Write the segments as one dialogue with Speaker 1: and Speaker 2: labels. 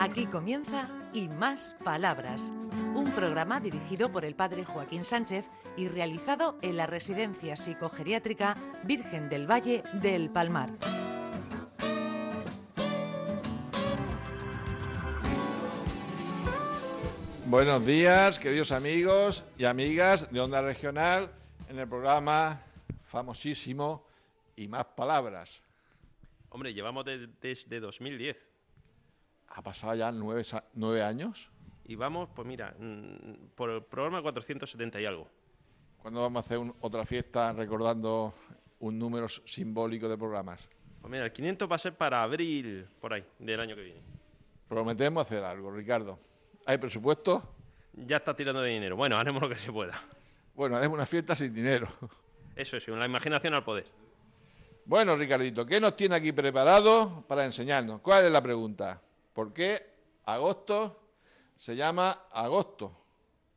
Speaker 1: Aquí comienza Y Más Palabras, un programa dirigido por el padre Joaquín Sánchez y realizado en la Residencia Psicogeriátrica Virgen del Valle del Palmar.
Speaker 2: Buenos días, queridos amigos y amigas de Onda Regional, en el programa famosísimo Y Más Palabras.
Speaker 3: Hombre, llevamos de- desde 2010
Speaker 2: Ha pasado ya nueve, sa- nueve años.
Speaker 3: y vamos, pues mira, mm, por el programa 470 y algo.
Speaker 2: ¿Cuándo vamos a hacer un- otra fiesta recordando un número s- simbólico de programas?
Speaker 3: Pues mira, el 500 va a ser para abril, por ahí, del año que viene.
Speaker 2: Prometemos hacer algo, Ricardo. ¿Hay presupuesto?
Speaker 3: Ya está tirando de dinero. Bueno, haremos lo que se pueda.
Speaker 2: Bueno, haremos una fiesta sin dinero.
Speaker 3: Eso sí, la imaginación al poder.
Speaker 2: Bueno, Ricardito, ¿qué nos tiene aquí preparado para enseñarnos? ¿Cuál es la pregunta? ¿Por qué agosto se llama agosto?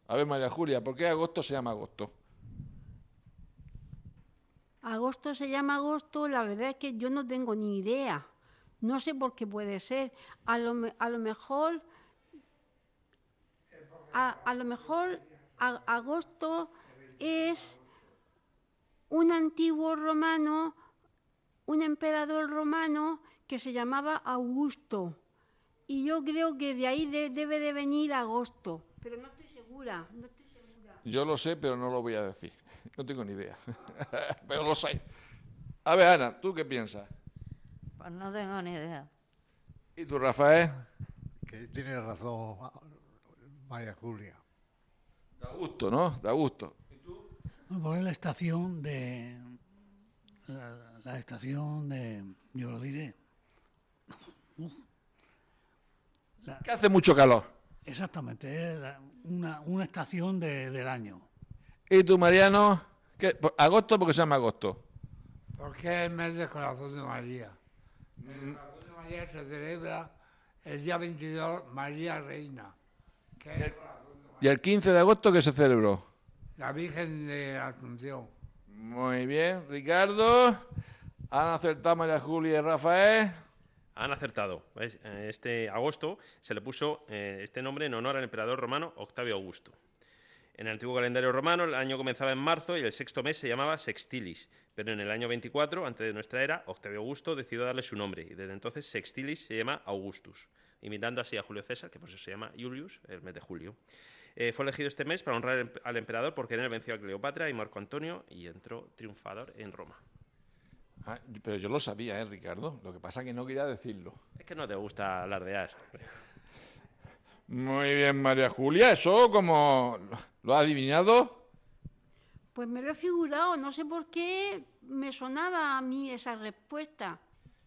Speaker 2: A ver, María Julia, ¿por qué agosto se llama agosto?
Speaker 4: Agosto se llama agosto, la verdad es que yo no tengo ni idea. No sé por qué puede ser. A lo, me- a lo mejor. A, a lo mejor a- agosto es un antiguo romano, un emperador romano que se llamaba Augusto. Y yo creo que de ahí de- debe de venir agosto. Pero no estoy segura. no estoy segura.
Speaker 2: Yo lo sé, pero no lo voy a decir. No tengo ni idea. pero lo sé. A ver, Ana, ¿tú qué piensas?
Speaker 5: Pues no tengo ni idea.
Speaker 2: ¿Y tú, Rafael?
Speaker 6: Que tiene razón ah, María Julia.
Speaker 2: De agosto, ¿no? De agosto.
Speaker 7: Bueno, porque es la estación de. La, la estación de. Yo lo diré.
Speaker 2: Que hace mucho calor.
Speaker 7: Exactamente, es la- una, una estación de- del año.
Speaker 2: ¿Y tú, Mariano? ¿Qué? Por- ¿Agosto? porque se llama agosto?
Speaker 8: Porque es el mes del corazón de María. El corazón de María se celebra el día 22, María Reina, que es
Speaker 2: ¿Y el 15 de agosto qué se celebró?
Speaker 8: la Virgen de la Asunción.
Speaker 2: Muy bien, Ricardo. Han acertado María Julia y Rafael.
Speaker 3: Han acertado. ¿ves? Eh, Este agosto se le puso eh, este nombre en honor al emperador romano Octavio Augusto. En el antiguo calendario romano el año comenzaba en marzo y el sexto mes se llamaba Sextilis, pero en el año 24, antes de nuestra era, Octavio Augusto decidió darle su nombre y desde entonces Sextilis se llama Augustus, imitando así a Julio César, que por eso se llama Julius, el mes de julio. Eh, fue elegido este mes para honrar em- al emperador porque en él venció a Cleopatra y Marco Antonio y entró triunfador en Roma.
Speaker 2: Ah, pero yo lo sabía, ¿eh, Ricardo? Lo que pasa es que no quería decirlo.
Speaker 3: Es que no te gusta alardear.
Speaker 2: Muy bien, María Julia. Eso, como lo ha adivinado,
Speaker 4: Pues me lo he figurado, no sé por qué me sonaba a mí esa respuesta.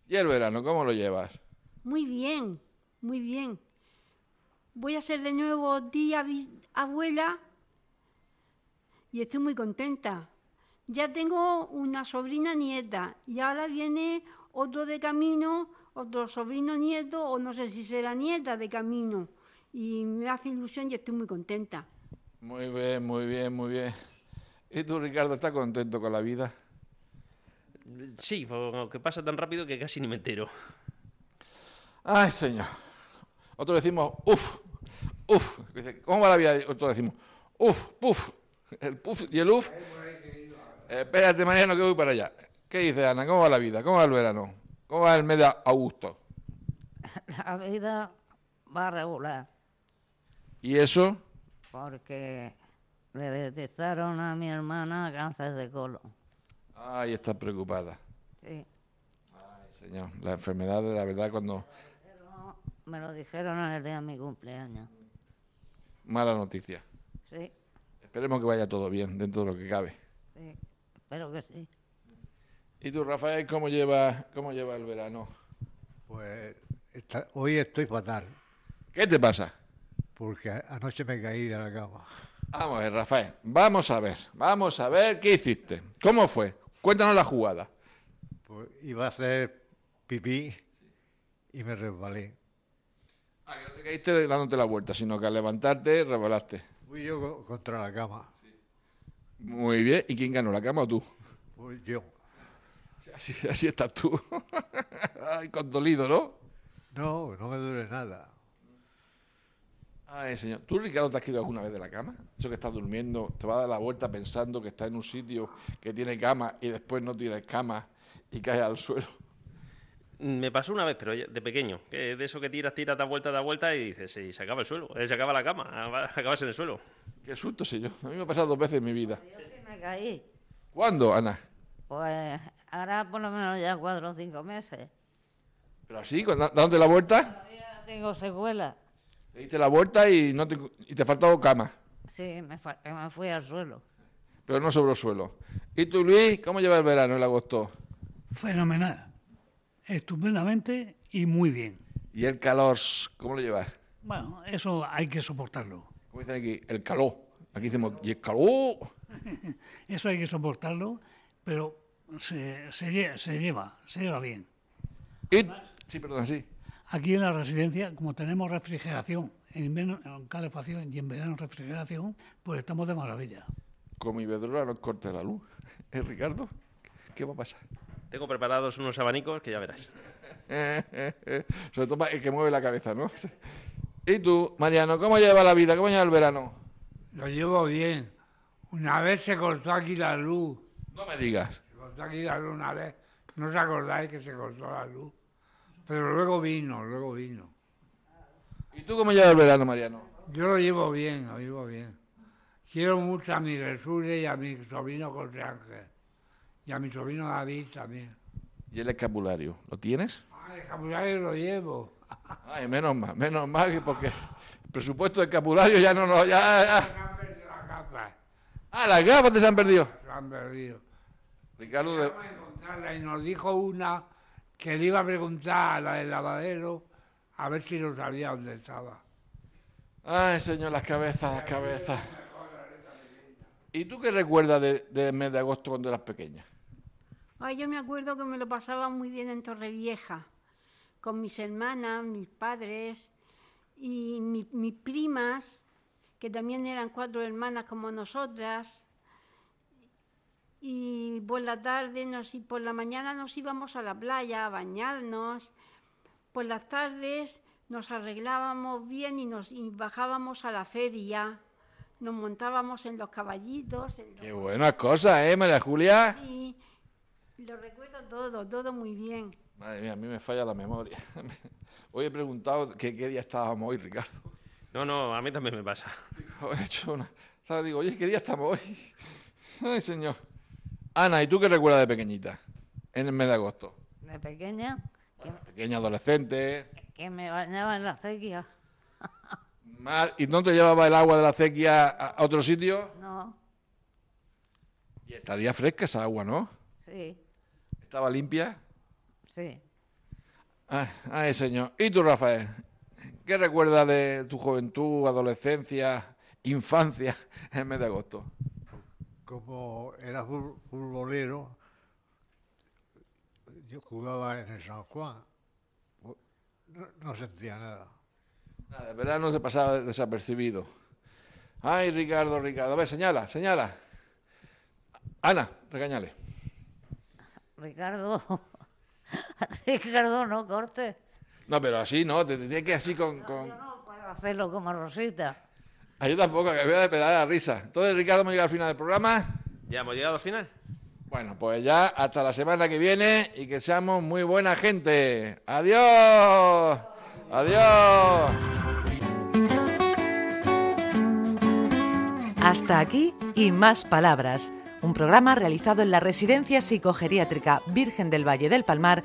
Speaker 2: ¿y el verano cómo lo llevas?
Speaker 4: Muy bien, muy bien. Voy a ser de nuevo tía bis- abuela y estoy muy contenta. Ya tengo una sobrina nieta y ahora viene otro de camino, otro sobrino nieto o no sé si será nieta de camino. Y me hace ilusión y estoy muy contenta.
Speaker 2: Muy bien, muy bien, muy bien. ¿Y tú, Ricardo, estás contento con la vida?
Speaker 3: Sí, po- que pasa tan rápido que casi ni me entero.
Speaker 2: Ay, señor. Otros decimos, uff, uff. Dice, ¿Cómo va la vida? Otros decimos, uff, puff. El puff y el uff. Espérate, Mariano, que voy para allá. ¿Qué dice Ana? ¿Cómo va la vida? ¿Cómo va el verano? ¿Cómo va el mes de agosto?
Speaker 5: La vida va a regular
Speaker 2: ¿Y eso?
Speaker 5: porque le detectaron a mi hermana cáncer de colon.
Speaker 2: Ay, está preocupada.
Speaker 5: Sí.
Speaker 2: Ay, señor, la enfermedad, la verdad, cuando...
Speaker 5: Pero me lo dijeron en el día de mi cumpleaños.
Speaker 2: Mala noticia.
Speaker 5: Sí,
Speaker 2: Esperemos que vaya todo bien, dentro de lo que cabe.
Speaker 5: sí. Espero que sí.
Speaker 2: ¿Y tú, Rafael, cómo lleva, cómo lleva el verano?
Speaker 6: Pues esta- hoy estoy fatal,
Speaker 2: ¿Qué te pasa?
Speaker 6: porque a- anoche me caí de la cama.
Speaker 2: Vamos a ver, Rafael. Vamos a ver. Vamos a ver qué hiciste. ¿Cómo fue? Cuéntanos la jugada.
Speaker 6: Pues iba a hacer pipí y me resbalé.
Speaker 2: Ah, que no te caíste dándote la vuelta, sino que al levantarte rebalaste.
Speaker 6: Fui yo co- contra la cama.
Speaker 2: Muy bien. ¿Y quién ganó, la cama o tú?
Speaker 6: Fui yo.
Speaker 2: Así, así estás tú. Ay, condolido, ¿no?
Speaker 6: No, no me duele nada.
Speaker 2: Ay, señor. ¿Tú, Ricardo, te has quedado alguna vez de la cama? Eso que estás durmiendo, te vas a dar la vuelta pensando que estás en un sitio que tiene cama y después no tienes cama y caes al suelo.
Speaker 3: Me pasó una vez, pero ya- de pequeño, que de eso que tiras, tiras, das vuelta, das vuelta y dices, sí, se acaba el suelo, eh, se acaba la cama, ah, acabas en el suelo.
Speaker 2: Qué susto, señor. A mí me ha pasado dos veces en mi vida.
Speaker 5: Yo sí me caí.
Speaker 2: ¿Cuándo, Ana?
Speaker 5: Pues ahora por lo menos ya cuatro o cinco meses.
Speaker 2: Pero así, con- da- dándote la vuelta,
Speaker 5: Todavía tengo secuela.
Speaker 2: le diste la vuelta y, no te, y te faltaba cama,
Speaker 5: Sí, me, fa- me fui al suelo.
Speaker 2: pero no sobre el suelo. ¿Y tú, Luis, cómo llevas el verano, el agosto?
Speaker 7: Fenomenal. Estupendamente y muy bien.
Speaker 2: ¿Y el calor? ¿Cómo lo llevas?
Speaker 7: Bueno, eso hay que soportarlo.
Speaker 2: Como dicen aquí, el calor. Aquí decimos, ¿y el calor?
Speaker 7: Eso hay que soportarlo, pero se, se, lle- se lleva, se lleva bien.
Speaker 2: Y- Sí, perdón, sí.
Speaker 7: Aquí en la residencia, como tenemos refrigeración, en invierno en calefacción y en verano refrigeración, pues estamos de maravilla.
Speaker 2: Como Iberdrola nos corta la luz. ¿Eh, Ricardo? ¿Qué va a pasar?
Speaker 3: Tengo preparados unos abanicos que ya verás.
Speaker 2: ¿Eh? Sobre todo pa- el que mueve la cabeza, ¿no? ¿Y tú, Mariano, cómo lleva la vida? ¿Cómo lleva el verano?
Speaker 8: Lo llevo bien. Una vez se cortó aquí la luz.
Speaker 2: No me digas.
Speaker 8: Se cortó aquí la luz una vez. No os acordáis que se cortó la luz. Pero luego vino, luego vino.
Speaker 2: ¿Y tú cómo lleva el verano, Mariano?
Speaker 8: Yo lo llevo bien, lo llevo bien. Quiero mucho a mi Resure y a mi sobrino José Ángel. Y a mi sobrino David también.
Speaker 2: ¿Y el escapulario? ¿Lo tienes?
Speaker 8: Ah, el capulario lo llevo.
Speaker 2: Ay, menos mal, menos mal, que porque el presupuesto de escapulario ya no nos... Ya, ya.
Speaker 8: Han perdido la capa,
Speaker 2: Ah, las gafas te se han perdido.
Speaker 8: lo han perdido.
Speaker 2: Ricardo, de-
Speaker 8: Vamos a encontrarla y nos dijo una que le iba a preguntar a la del lavadero a ver si lo sabía dónde estaba.
Speaker 2: Ay, señor, las cabezas, las cabezas. ¿Y tú qué recuerdas de- del mes de agosto cuando eras pequeña?
Speaker 4: Ay, yo me acuerdo que me lo pasaba muy bien en Torrevieja, con mis hermanas, mis padres y mi- mis primas, que también eran cuatro hermanas como nosotras. Y por la tarde nos, y por la mañana nos íbamos a la playa a bañarnos. Por las tardes nos arreglábamos bien y nos y bajábamos a la feria. Nos montábamos en los caballitos, en los
Speaker 2: Qué buenas cosas, ¿eh, María Julia?
Speaker 4: Sí, lo recuerdo todo, todo muy bien.
Speaker 2: Madre mía, a mí me falla la memoria. Hoy he preguntado que qué día estábamos hoy, Ricardo.
Speaker 3: No, no, a mí también me pasa.
Speaker 2: He hecho una... ¿sabes? Digo, oye, ¿qué día estamos hoy? Ay, señor. Ana, ¿y tú qué recuerdas de pequeñita en el mes de agosto?
Speaker 5: De pequeña, que,
Speaker 2: Pequeña adolescente.
Speaker 5: que me bañaba en la sequía.
Speaker 2: Mal, ¿Y no te llevaba el agua de la acequia a a otro sitio?
Speaker 5: No,
Speaker 2: Y estaría fresca esa agua, ¿no?
Speaker 5: sí,
Speaker 2: Estaba limpia.
Speaker 5: sí.
Speaker 2: Ah, Ay, señor. ¿Y tú, Rafael? ¿Qué recuerdas de tu juventud, adolescencia, infancia en el mes de agosto?
Speaker 6: Como era fut- futbolero, yo jugaba en el San Juan. No, no sentía nada.
Speaker 2: Nada, el verano se pasaba desapercibido. Ay, Ricardo, Ricardo. A ver, señala, señala. Ana, regañale.
Speaker 5: Ricardo, Ricardo, no corte.
Speaker 2: No, pero así no, te te tienes que ir así con, con...
Speaker 5: Yo no puedo hacerlo como Rosita.
Speaker 2: Ah, yo tampoco, que voy a pegar la risa. Entonces, Ricardo, hemos llegado al final del programa.
Speaker 3: ¿Ya hemos llegado al final?
Speaker 2: Bueno, pues ya hasta la semana que viene y que seamos muy buena gente. Adiós. Adiós.
Speaker 1: Hasta aquí Y Más Palabras, un programa realizado en la Residencia Psicogeriátrica Virgen del Valle del Palmar